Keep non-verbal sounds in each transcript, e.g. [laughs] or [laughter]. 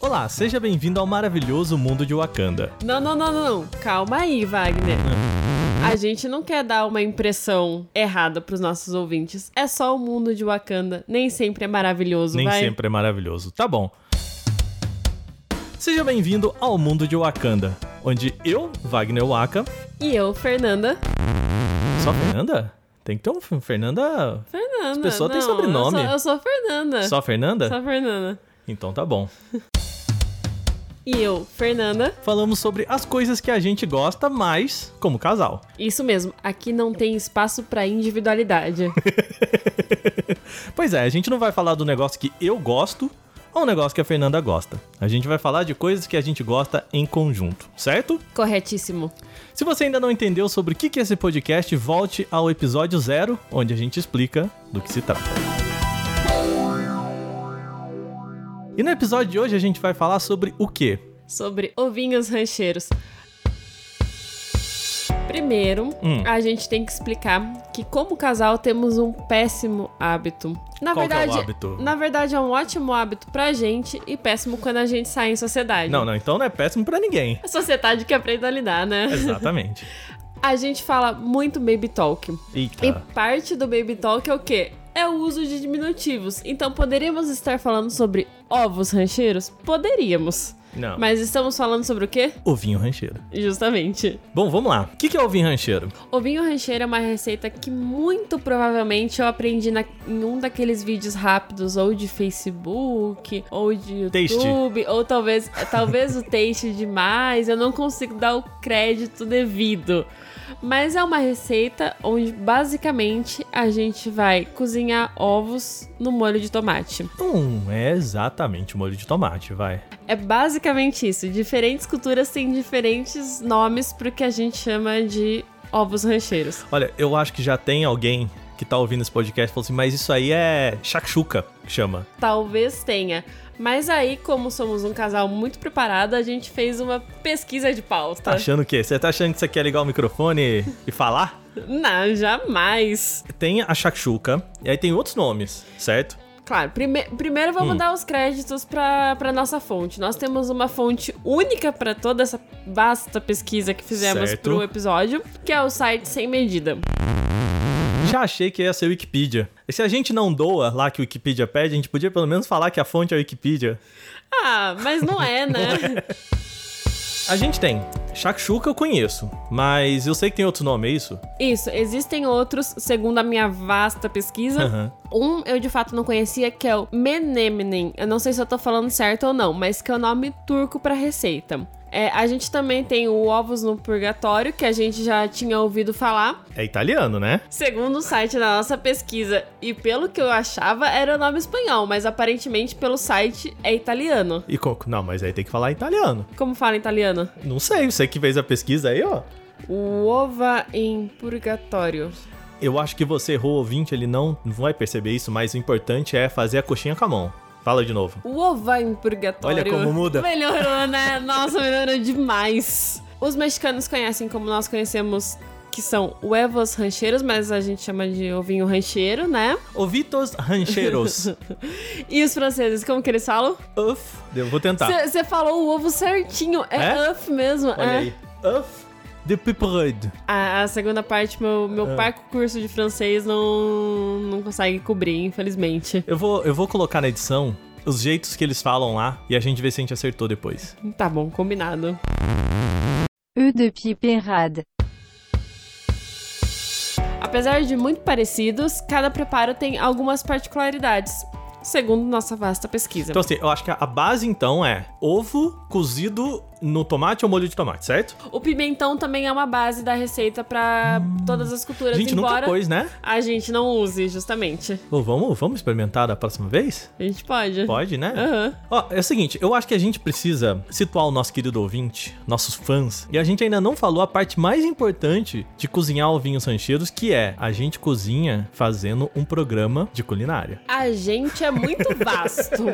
Olá, seja bem-vindo ao maravilhoso mundo de Wakanda. Não, não, não, não. Calma [laughs] aí, Wagner. A gente não quer dar uma impressão errada pros nossos ouvintes. É só o mundo de Wakanda. Nem sempre é maravilhoso, Nem vai. sempre é maravilhoso, tá bom. Seja bem-vindo ao mundo de Wakanda, onde eu, Wagner Waka, E eu, Fernanda. só Fernanda? Tem que ter um F- Fernanda. Fernanda. As pessoas têm não, sobrenome. Eu sou, eu sou Fernanda. Só Fernanda? Só Fernanda. Então tá bom. E eu, Fernanda. Falamos sobre as coisas que a gente gosta mais como casal. Isso mesmo, aqui não tem espaço [laughs] pra individualidade. Pois é, a gente não vai falar do negócio que eu gosto ou um negócio que a Fernanda gosta. A gente vai falar de coisas que a gente gosta em conjunto, certo? Corretíssimo. Se você ainda não entendeu sobre o que que é esse podcast, volte ao episódio zero, onde a gente explica do que se trata. E no episódio de hoje a gente vai falar sobre o quê? Sobre ovinhos rancheiros. Primeiro, Hum. a gente tem que explicar que como casal temos um péssimo hábito. Na Qual que é o verdade, hábito? na verdade é um ótimo hábito pra gente e péssimo quando a gente sai em sociedade. Não, não, então não é péssimo pra ninguém. A sociedade que aprende a lidar, né? Exatamente. A gente fala muito baby talk. Eita. E parte do baby talk é o quê? É o uso de diminutivos. Então poderíamos estar falando sobre ovos rancheiros? Poderíamos. Não. Mas estamos falando sobre o quê? Ovinho rancheiro. Justamente. Bom, vamos lá. O que que é ovinho rancheiro? Ovinho rancheiro é uma receita que muito provavelmente eu aprendi na- em um daqueles vídeos rápidos, ou de Facebook, ou de Taste. YouTube, ou talvez, talvez o taste demais, eu não consigo dar o crédito devido. Mas é uma receita onde basicamente a gente vai cozinhar ovos no molho de tomate. Hum, é exatamente molho de tomate, vai. É basicamente isso. Diferentes culturas têm diferentes nomes pro que a gente chama de ovos rancheiros. Olha, eu acho que já tem alguém que tá ouvindo esse podcast e falou assim, mas isso aí é shakshuka, que chama. Talvez tenha. Mas aí, como somos um casal muito preparado, a gente fez uma pesquisa de Tá pauta. achando o quê? Você tá achando que você quer ligar o microfone e falar? Não, jamais. Tem a shakshuka, e aí tem outros nomes, certo? Claro, prime- primeiro Hum. vamos dar os créditos pra pra nossa fonte. Nós temos uma fonte única pra toda essa vasta pesquisa que fizemos Certo. pro episódio, que é o site Sem Medida. Já achei que ia ser Wikipedia. E se a gente não doa lá que o Wikipedia pede, a gente podia pelo menos falar que a fonte é a Wikipedia. Ah, mas não é, [laughs] né? A gente tem. Shakshuka eu conheço, mas eu sei que tem outro nome, é isso? Isso, existem outros, segundo a minha vasta pesquisa. Aham. Um eu de fato não conhecia, que é o Menemnen. Eu não sei se eu tô falando certo ou não, mas que é o nome turco pra receita. É, a gente também tem o Ovos no Purgatório, que a gente já tinha ouvido falar. É italiano, né? Segundo o site da nossa pesquisa, e pelo que eu achava, era o nome espanhol, mas aparentemente pelo site é italiano. E coco. Não, mas aí tem que falar italiano. Como fala em italiano? Não sei, você que fez a pesquisa aí, ó. O Ova em Purgatório. Eu acho que você errou, ouvinte, ele não vai perceber isso, mas o importante é fazer a coxinha com a mão. Fala de novo. O ovo em purgatório. Olha como muda. Melhorou, [laughs] né? Nossa, melhorou demais. Os mexicanos conhecem como nós conhecemos, que são huevos rancheiros, mas a gente chama de ovinho rancheiro, né? Ovitos rancheros. E os franceses, como que eles falam? Uf, eu vou tentar. Você falou o ovo certinho. É, Tá. É? uff mesmo. Olha é. aí. Uf de piperoide. A, a segunda parte, meu, meu Ah. parco curso de francês não, não consegue cobrir, infelizmente. Eu vou, eu vou colocar na edição os jeitos que eles falam lá e a gente vê se a gente acertou depois. Tá bom, combinado. E de piperade. Apesar de muito parecidos, cada preparo tem algumas particularidades, segundo nossa vasta pesquisa. Então, assim, eu acho que a- a base então é ovo cozido no tomate ou molho de tomate, certo? O pimentão também é uma base da receita pra todas as A culturas, gente nunca embora pôs, né? a gente não use, justamente. Ô, vamos, vamos experimentar da próxima [laughs] vez? A gente pode. Pode, né? Aham. Ó, é o seguinte, eu acho que a gente precisa situar o nosso querido ouvinte, nossos fãs, e a gente ainda não falou a parte mais importante de cozinhar ovinhos rancheiros, que é a gente cozinha fazendo um programa de culinária. A gente [laughs] é muito vasto.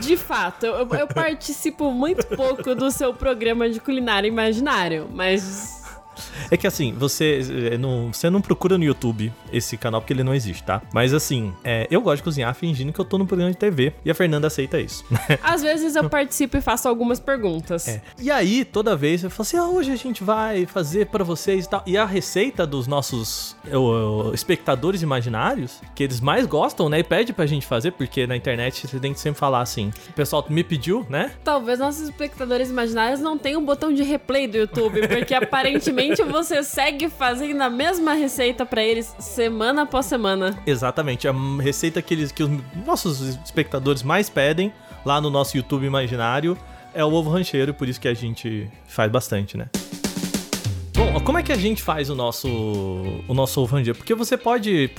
De fato, eu, [laughs] eu participo muito pouco do seu programa de culinária imaginário, mas É que assim, você eh, não, você não procura no YouTube esse canal porque ele não existe, tá? Mas assim, é, eu gosto de cozinhar fingindo que eu tô num programa de TV. E a Fernanda aceita isso. [laughs] Às vezes eu participo e faço algumas perguntas. É. E aí, toda vez, eu falo assim: ah, hoje a gente vai fazer pra vocês e tal. E a receita dos nossos eu, eu, espectadores imaginários, que eles mais gostam, né? E pede pra gente fazer, porque na internet você tem que sempre falar assim: o pessoal me pediu, né? Talvez nossos espectadores imaginários não tenham um botão de replay do YouTube, porque aparentemente você segue fazendo a mesma receita pra eles semana após semana. Exatamente, a receita que, eles, que os nossos espectadores mais pedem lá no nosso YouTube imaginário é o ovo rancheiro, e por isso que a gente faz bastante, né? Bom, como é que a gente faz o nosso, o nosso ovo rancheiro? Porque você pode.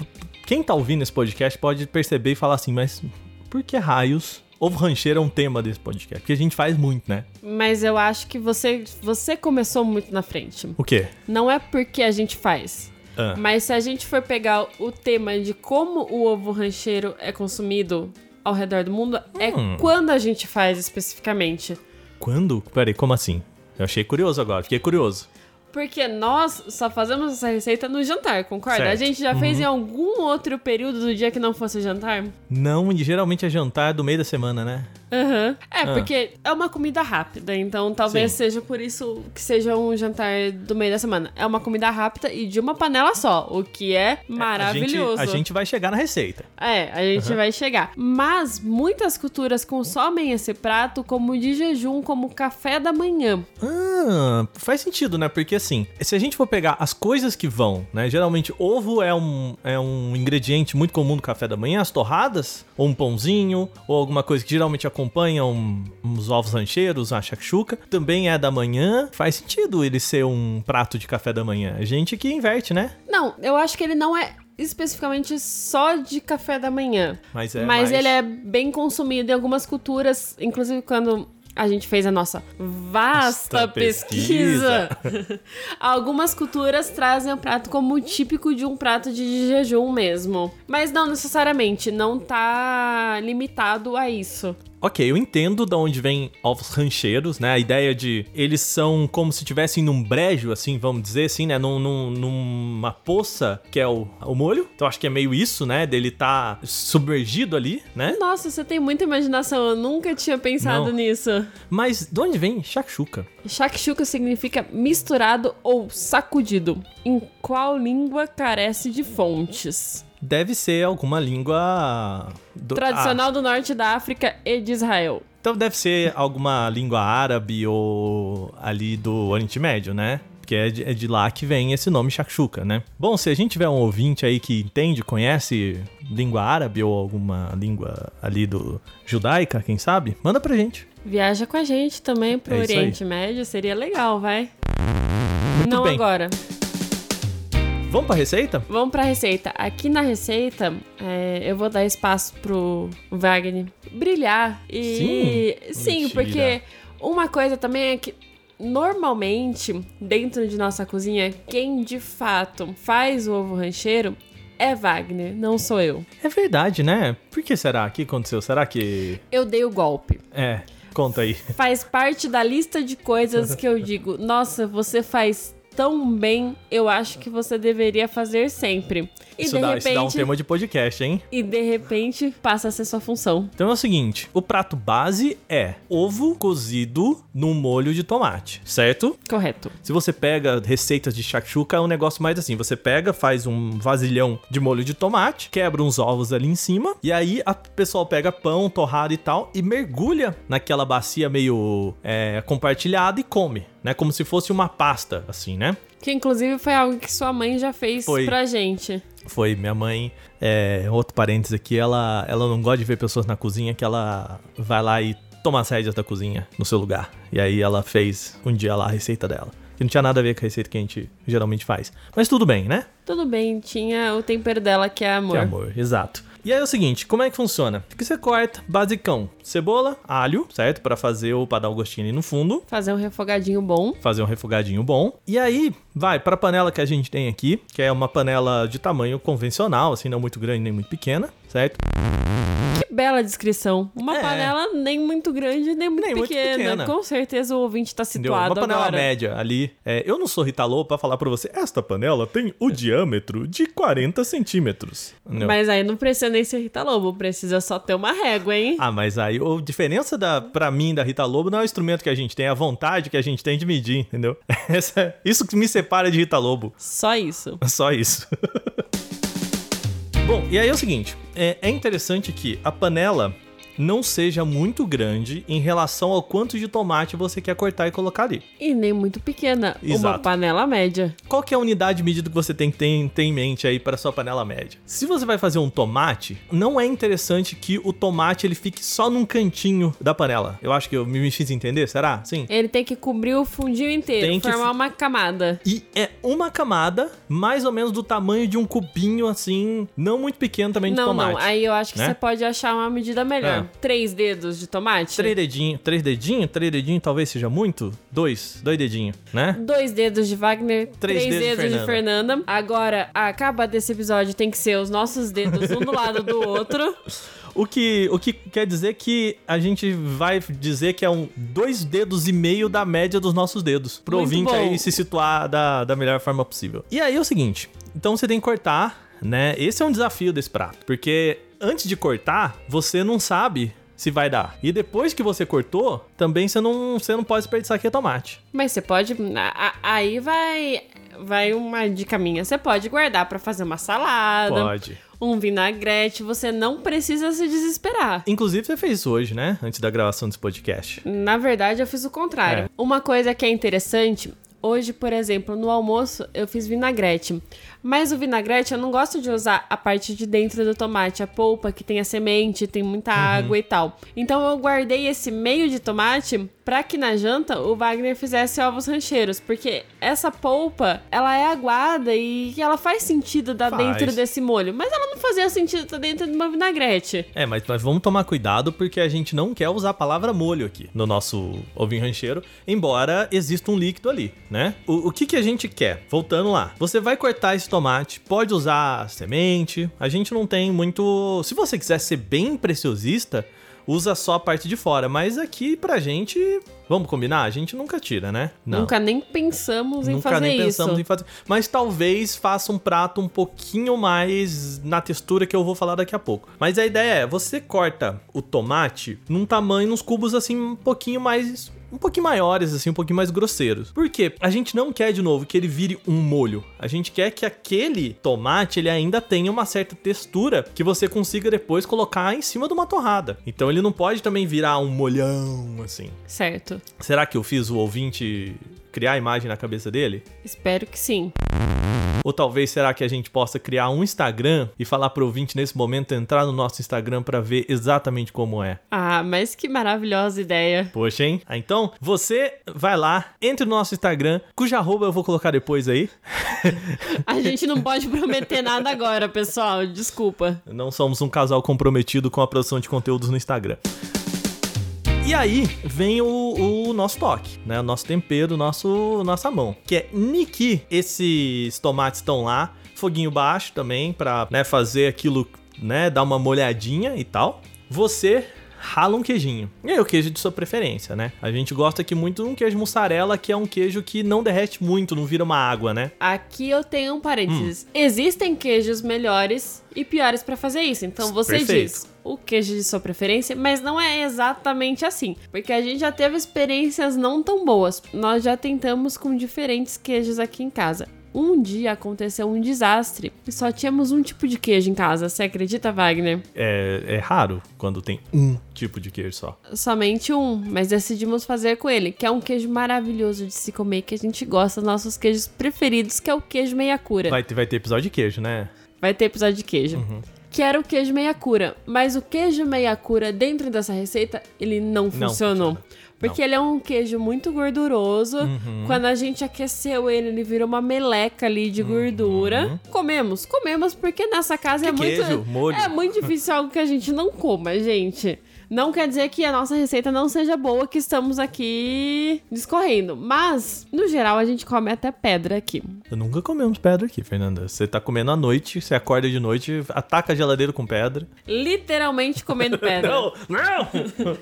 Quem tá ouvindo esse podcast pode perceber e falar assim, mas por que raios ovo rancheiro é um tema desse podcast? Porque a gente faz muito, né? Mas eu acho que você, você começou muito na frente. O quê? Não é porque a gente faz. Ah. Mas se a gente for pegar o tema de como o ovo rancheiro é consumido ao redor do mundo, é quando a gente faz especificamente. Quando? Peraí, como assim? Eu achei curioso agora, fiquei curioso. Porque nós só fazemos essa receita no jantar, concorda? Certo. A gente já fez em algum outro período do dia que não fosse jantar? Não, e geralmente é jantar do meio da semana, né? Aham. É, porque é uma comida rápida, então talvez Sim. seja por isso que seja um jantar do meio da semana. É uma comida rápida e de uma panela só, o que é maravilhoso. A gente, a gente vai chegar na receita. É, a gente vai chegar. Mas muitas culturas consomem esse prato como de jejum, como café da manhã. Ah, faz sentido, né? Porque assim, se a gente for pegar as coisas que vão, né? Geralmente ovo é um, é um ingrediente muito comum do café da manhã, as torradas, ou um pãozinho, ou alguma coisa que geralmente acompanha um- uns ovos rancheiros, uma shakshuka. Também é da manhã. Faz sentido ele ser um prato de café da manhã. É gente que inverte, né? Não, eu acho que ele não é especificamente só de café da manhã. Mas é mais- Mas ele é bem consumido em algumas culturas, inclusive quando a gente fez a nossa vasta Vasta pesquisa. pesquisa. [laughs] algumas culturas trazem o prato como típico de um prato de jejum mesmo. Mas não necessariamente, não tá limitado a isso. Ok, eu entendo de onde vem ovos rancheiros, né? A ideia de eles são como se estivessem num brejo, assim, vamos dizer assim, né? Num, num- numa poça, que é o, o molho. Então acho que é meio isso, né? Dele tá submergido ali, né? Nossa, você tem muita imaginação, eu nunca tinha pensado Não. nisso. Mas de onde vem shakshuka? Shakshuka significa misturado ou sacudido. Em qual língua carece de fontes? Deve ser alguma língua... do- Tradicional do norte da África e de Israel. Ah, então deve ser alguma língua árabe ou ali do Oriente Médio, né? Porque é de, é de lá que vem esse nome shakshuka, né? Bom, se a gente tiver um ouvinte aí que entende, conhece língua árabe ou alguma língua ali do judaica, quem sabe, manda pra gente. Viaja com a gente também pro É isso aí. Oriente Médio, seria legal, vai. Não bem. agora. Vamos pra receita? Vamos pra receita. Aqui na receita, é, eu vou dar espaço pro Wagner brilhar. E Sim? sim, Mentira. porque uma coisa também é que normalmente, dentro de nossa cozinha, quem de fato faz o ovo rancheiro é Wagner, não sou eu. É verdade, né? Por que será? O que aconteceu? Será que... Eu dei o golpe. É, conta aí. Faz parte da lista de coisas que eu digo, nossa, você faz tão bem, eu acho que você deveria fazer sempre. E isso, de dá, repente isso dá um tema de podcast, hein? e de repente passa a ser sua função. Então é o seguinte, o prato base é ovo cozido num molho de tomate, certo? Correto. Se você pega receitas de shakshuka, é um negócio mais assim. Você pega, faz um vasilhão de molho de tomate, quebra uns ovos ali em cima, e aí a o pessoal pega pão, torrado e tal, e mergulha naquela bacia meio é, compartilhada e come, né? Como se fosse uma pasta, assim, né? Que inclusive foi algo que sua mãe já fez Foi. pra gente. Foi minha mãe, é, outro parênteses aqui, ela, ela não gosta de ver pessoas na cozinha que ela vai lá e toma as rédeas da cozinha no seu lugar. E aí ela fez um dia lá a receita dela. Que não tinha nada a ver com a receita que a gente geralmente faz. Mas tudo bem, né? Tudo bem, tinha o tempero dela que é amor. Que amor, exato. E aí é o seguinte, como é que funciona? O que você corta? Basicão, cebola, alho, certo? Pra fazer o pra dar o gostinho ali no fundo. Fazer um refogadinho bom. Fazer um refogadinho bom. E aí, vai pra panela que a gente tem aqui, que é uma panela de tamanho convencional, assim, não muito grande nem muito pequena, certo? Que bela descrição. Uma É. panela nem muito grande, nem muito, Nem muito pequena. pequena. Com certeza o ouvinte tá Entendeu? situado Uma panela agora. média ali. É, eu não sou Ritalô pra falar pra você, esta panela tem o diâmetro de 40 centímetros. Não. Mas aí não precisa nem ser Rita Lobo, precisa só ter uma régua, hein? Ah, mas aí a diferença da, pra mim da Rita Lobo não é o instrumento que a gente tem, é a vontade que a gente tem de medir, entendeu? [laughs] Essa é- isso que me separa de Rita Lobo. Só isso. Só isso. [laughs] Bom, e aí é o seguinte: é, é interessante que a panela não seja muito grande em relação ao quanto de tomate você quer cortar e colocar ali. E nem muito pequena. Uma Exato. panela média. Qual que é a unidade de medida que você tem que ter, em- ter em mente aí para sua panela média? Se você vai fazer um tomate, não é interessante que o tomate ele fique só num cantinho da panela. Eu acho que eu me me fiz entender, será? Sim. Ele tem que cobrir o fundinho inteiro, Tem que formar fi- uma camada. E é uma camada, mais ou menos do tamanho de um cubinho assim, não muito pequeno também de não, tomate. não. Aí eu acho que né? É. você pode achar uma medida melhor. Três dedos de tomate? Três dedinhos, três dedinhos, três dedinhos talvez seja muito? Dois, dois dedinhos, né? Dois dedos de Wagner, três, Três dedos, dedos de de, Fernanda. Agora, a capa desse episódio tem que ser os nossos dedos um do lado do [laughs] outro. O que, o que quer dizer que a gente vai dizer que é um dois dedos e meio da média dos nossos dedos. Pro Muito ouvinte bom. aí se situar da, da melhor forma possível. E aí é o seguinte: então você tem que cortar, né? Esse é um desafio desse prato. Porque antes de cortar, você não sabe. Se vai dar. E depois que você cortou, também você não, você não pode desperdiçar aqui tomate. Mas você pode. a- a- aí vai. Vai uma dica minha. Você pode guardar pra fazer uma salada, Pode. um vinagrete. Você não precisa se desesperar. Inclusive, você fez isso hoje, né? Antes da gravação desse podcast. Na verdade, eu fiz o contrário. É. Uma coisa que é interessante. Hoje, por exemplo, no almoço eu fiz vinagrete. Mas o vinagrete eu não gosto de usar a parte de dentro do tomate, a polpa que tem a semente, tem muita Uhum. água e tal. Então eu guardei esse meio de tomate pra que na janta o Wagner fizesse ovos rancheiros, porque essa polpa, ela é aguada e ela faz sentido dar Faz. dentro desse molho, mas ela não fazia sentido dar dentro de uma vinagrete. É, mas, mas vamos tomar cuidado porque a gente não quer usar a palavra molho aqui no nosso ovinho rancheiro, embora exista um líquido ali, né? O, o que, que a gente quer? Voltando lá, você vai cortar esse tomate, pode usar semente, a gente não tem muito. Se você quiser ser bem preciosista, usa só a parte de fora, mas aqui pra gente, vamos combinar? A gente nunca tira, né? Nunca nem pensamos em Nunca fazer nem isso. pensamos em fazer. Mas talvez faça um prato um pouquinho mais na textura que eu vou falar daqui a pouco. Mas a ideia é, você corta o tomate num tamanho, uns cubos assim, um pouquinho mais. Um pouquinho maiores, assim, um pouquinho mais grosseiros. Por quê? A gente não quer, de novo, que ele vire um molho. A gente quer que aquele tomate, ele ainda tenha uma certa textura que você consiga depois colocar em cima de uma torrada. Então ele não pode também virar um molhão, assim. Certo. Será que eu fiz o ouvinte criar a imagem na cabeça dele? Espero que sim. Ou talvez será que a gente possa criar um Instagram e falar pro ouvinte nesse momento entrar no nosso Instagram pra ver exatamente como é? Ah, mas que maravilhosa ideia. Poxa, hein? Ah, Então, você vai lá, entre no nosso Instagram, cuja arroba eu vou colocar depois aí. A gente não pode prometer nada agora, pessoal. Desculpa. Não somos um casal comprometido com a produção de conteúdos no Instagram. E aí vem o, o nosso toque, né? O nosso tempero, o nosso nossa mão, que é niki. Esses tomates estão lá, foguinho baixo também pra né, fazer aquilo, né? Dar uma molhadinha e tal. Você rala um queijinho. E aí o queijo de sua preferência, né? A gente gosta aqui muito de um queijo mussarela, que é um queijo que não derrete muito, não vira uma água, né? Aqui eu tenho um parênteses. Existem queijos melhores e piores pra fazer isso. Então você Perfeito. diz o queijo de sua preferência, mas não é exatamente assim, porque a gente já teve experiências não tão boas. Nós já tentamos com diferentes queijos aqui em casa. Um dia aconteceu um desastre e só tínhamos um tipo de queijo em casa. Você acredita, Wagner? É, é raro quando tem um tipo de queijo só. somente um, mas decidimos fazer com ele, que é um queijo maravilhoso de se comer, que a gente gosta, dos nossos queijos preferidos, que é o queijo meia cura. Vai, Vai ter, vai ter episódio de queijo, né? ter episódio de queijo. Uhum. Que era o queijo meia cura, mas o queijo meia cura dentro dessa receita, ele não, funcionou. Porque ele é um queijo muito gorduroso. Uhum. Quando a gente aqueceu ele, ele virou uma meleca ali Uhum. de gordura. Comemos, comemos, porque nessa casa é queijo, muito. molho. É muito difícil algo que a gente não coma, gente. Não quer dizer que a nossa receita não seja boa, que estamos aqui discorrendo. Mas, no geral, a gente come até pedra aqui. Nunca comemos pedra aqui, Fernanda. Você tá comendo à noite, você acorda de noite, ataca a geladeira com pedra. [laughs] Literalmente comendo pedra. Não, não!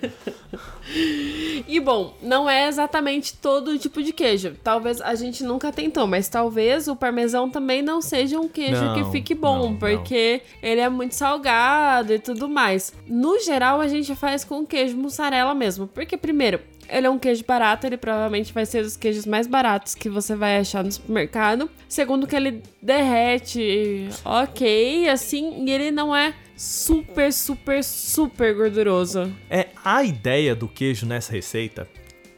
E bom, não é exatamente todo tipo de queijo. Talvez a gente nunca tentou, mas talvez o parmesão também não seja um queijo Não, que fique bom, não, não. porque ele é muito salgado e tudo mais. No geral, a gente faz com queijo mussarela mesmo, porque primeiro, ele é um queijo barato, ele provavelmente vai ser dos queijos mais baratos que você vai achar no supermercado. Segundo que ele derrete, OK, assim, e ele não é super super super gorduroso. É, a ideia do queijo nessa receita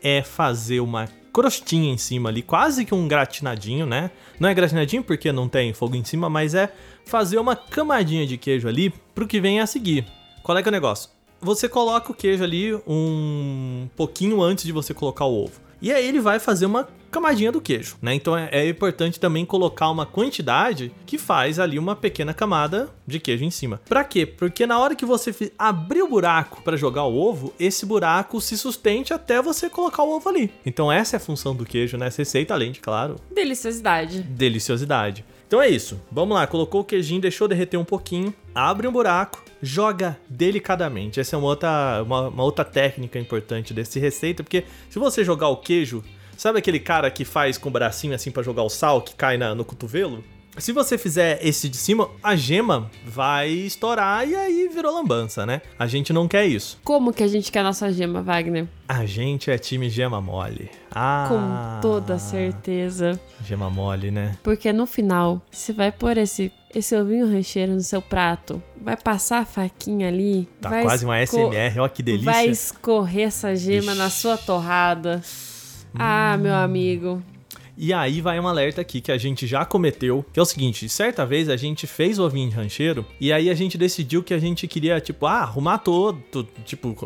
é fazer uma crostinha em cima ali, quase que um gratinadinho, né? Não é gratinadinho porque não tem fogo em cima, mas é fazer uma camadinha de queijo ali pro que vem a seguir. Qual é que é o negócio? Você coloca o queijo ali um pouquinho antes de você colocar o ovo. E aí ele vai fazer uma camadinha do queijo, né? Então é, é importante também colocar uma quantidade que faz ali uma pequena camada de queijo em cima. Pra quê? Porque na hora que você fi- abrir o buraco pra jogar o ovo, esse buraco se sustente até você colocar o ovo ali. Então essa é a função do queijo nessa receita, além de, claro, Deliciosidade. deliciosidade. Então é isso. Vamos lá, colocou o queijinho, deixou derreter um pouquinho, abre um buraco, joga delicadamente. Essa é uma outra, uma, uma outra técnica importante desse receita, porque se você jogar o queijo, sabe aquele cara que faz com o bracinho assim pra jogar o sal que cai na- no cotovelo? Se você fizer esse de cima, a gema vai estourar e aí virou lambança, né? A gente não quer isso. Como que a gente quer a nossa gema, Wagner? A gente é time gema mole. Ah, Com toda certeza. Gema mole, né? Porque no final, você vai pôr esse, esse ovinho rancheiro no seu prato, vai passar a faquinha ali. Tá vai quase uma esco- SMR, ó que delícia. Vai escorrer essa gema Ixi. na Hum. sua torrada. Ah, meu amigo. E aí vai um alerta aqui que a gente já cometeu, que é o seguinte, certa vez a gente fez o ovinho de rancheiro e aí a gente decidiu que a gente queria, tipo, ah, arrumar todo, tu- tipo,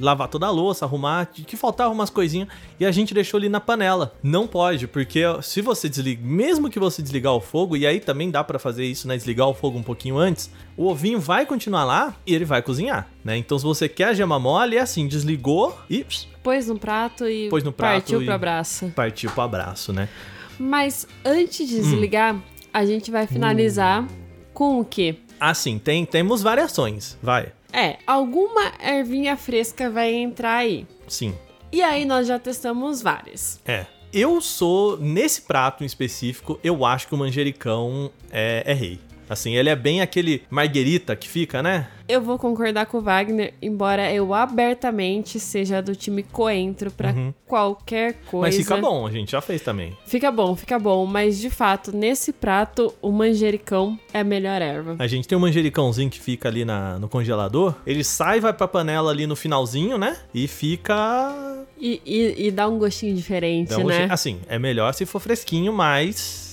lavar toda a louça, arrumar, que faltava umas coisinhas e a gente deixou ali na panela. Não pode, porque se você desliga, mesmo que você desligar o fogo, e aí também dá pra fazer isso, né, desligar o fogo um pouquinho antes, o ovinho vai continuar lá e ele vai cozinhar, né? Então se você quer a gema mole, é assim, desligou e pss, Pôs no prato e Pôs no prato partiu e- pro abraço. partiu pro abraço, né? Mas antes Hum. de desligar, a gente vai finalizar com o quê? Assim, tem, temos variações, vai. É, alguma ervinha fresca vai entrar aí. Sim, E aí nós já testamos várias. é. Eu sou, nesse prato em específico, eu acho que o manjericão é, é rei. Assim, ele é bem aquele marguerita que fica, né? Eu vou concordar com o Wagner, embora eu abertamente seja do time coentro pra qualquer coisa. Uhum. Mas fica bom, a gente já fez também. Fica bom, fica bom, mas de fato, nesse prato, o manjericão é a melhor erva. A gente tem um manjericãozinho que fica ali na, no congelador. Ele sai, vai pra panela ali no finalzinho, né? E fica. E, e- e dá um gostinho diferente, dá um né? je- Assim, é melhor se for fresquinho, mas.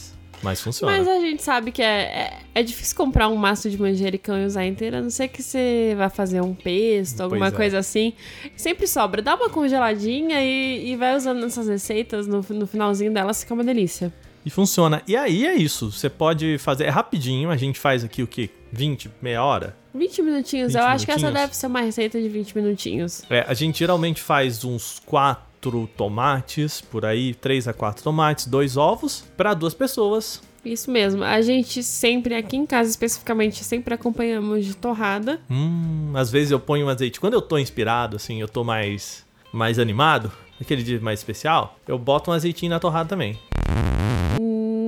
Mas funciona. Mas a gente sabe que é, é, é difícil comprar um maço de manjericão e usar inteiro, a não ser que você vá fazer um pesto, alguma Pois é. coisa assim. Sempre sobra. Dá uma congeladinha e, e vai usando essas receitas, no, no finalzinho delas fica uma delícia. E funciona. E aí é isso. Você pode fazer. É rapidinho, a gente faz aqui o quê? 20, meia hora? 20 minutinhos, 20 eu acho que essa minutinhos? deve ser uma receita de 20 minutinhos. É, a gente geralmente faz uns quatro tomates, por aí, três a quatro tomates, dois ovos, para duas pessoas. Isso mesmo. A gente sempre, aqui em casa especificamente, sempre acompanhamos de torrada. Hum, às vezes eu ponho um azeite. Quando eu tô inspirado, assim, eu tô mais, mais animado, aquele dia mais especial, eu boto um azeitinho na torrada também.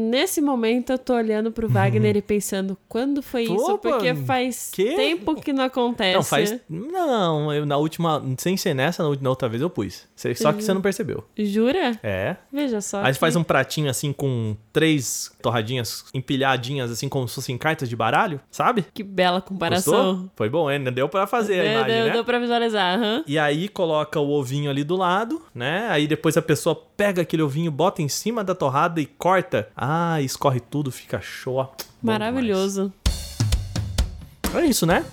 Nesse momento eu tô olhando pro Uhum. Wagner e pensando, quando foi isso? Opa, Porque faz que? tempo que não acontece. Não, faz. Não, eu na última. Sem ser nessa, na ú- na outra vez eu pus. Cê- Só que Uhum. você não percebeu. Jura? É. Veja só. Aí você que- faz um pratinho assim com três torradinhas empilhadinhas, assim como se fossem cartas de baralho, sabe? Que bela comparação. Gostou? Foi bom, ainda deu pra fazer a Deu- imagem, deu, né? deu pra visualizar, aham. E aí coloca o ovinho ali do lado, né? Aí depois a pessoa pega aquele ovinho, bota em cima da torrada e corta. Ah, escorre tudo, fica show. ó. Bom Maravilhoso. demais. É isso, né?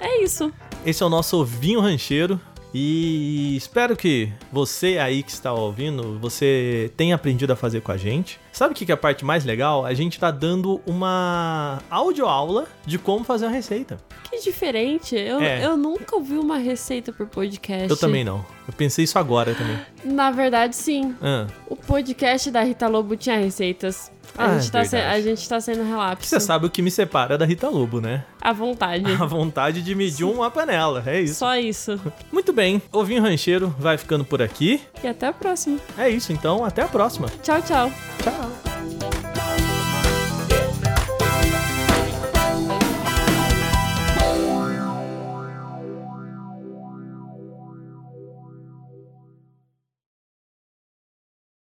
É isso. Esse é o nosso ovinho rancheiro. E espero que você aí que está ouvindo, você tenha aprendido a fazer com a gente. Sabe o que que é a parte mais legal? A gente tá dando uma audioaula de como fazer uma receita. Que diferente. Eu, É. eu nunca ouvi uma receita por podcast. Eu também não. Eu pensei isso agora também. Na verdade, sim. Ah, O podcast da Rita Lobo tinha receitas. A, Ah, gente, tá se- verdade. a gente tá sendo relapso. você sabe o que me separa da Rita Lobo, né? [laughs] À vontade. A vontade de medir uma panela, é isso. Só isso. Muito bem, Ovinho Rancheiro vai ficando por aqui. E até a próxima. É isso, então, até a próxima. Tchau, tchau. Tchau.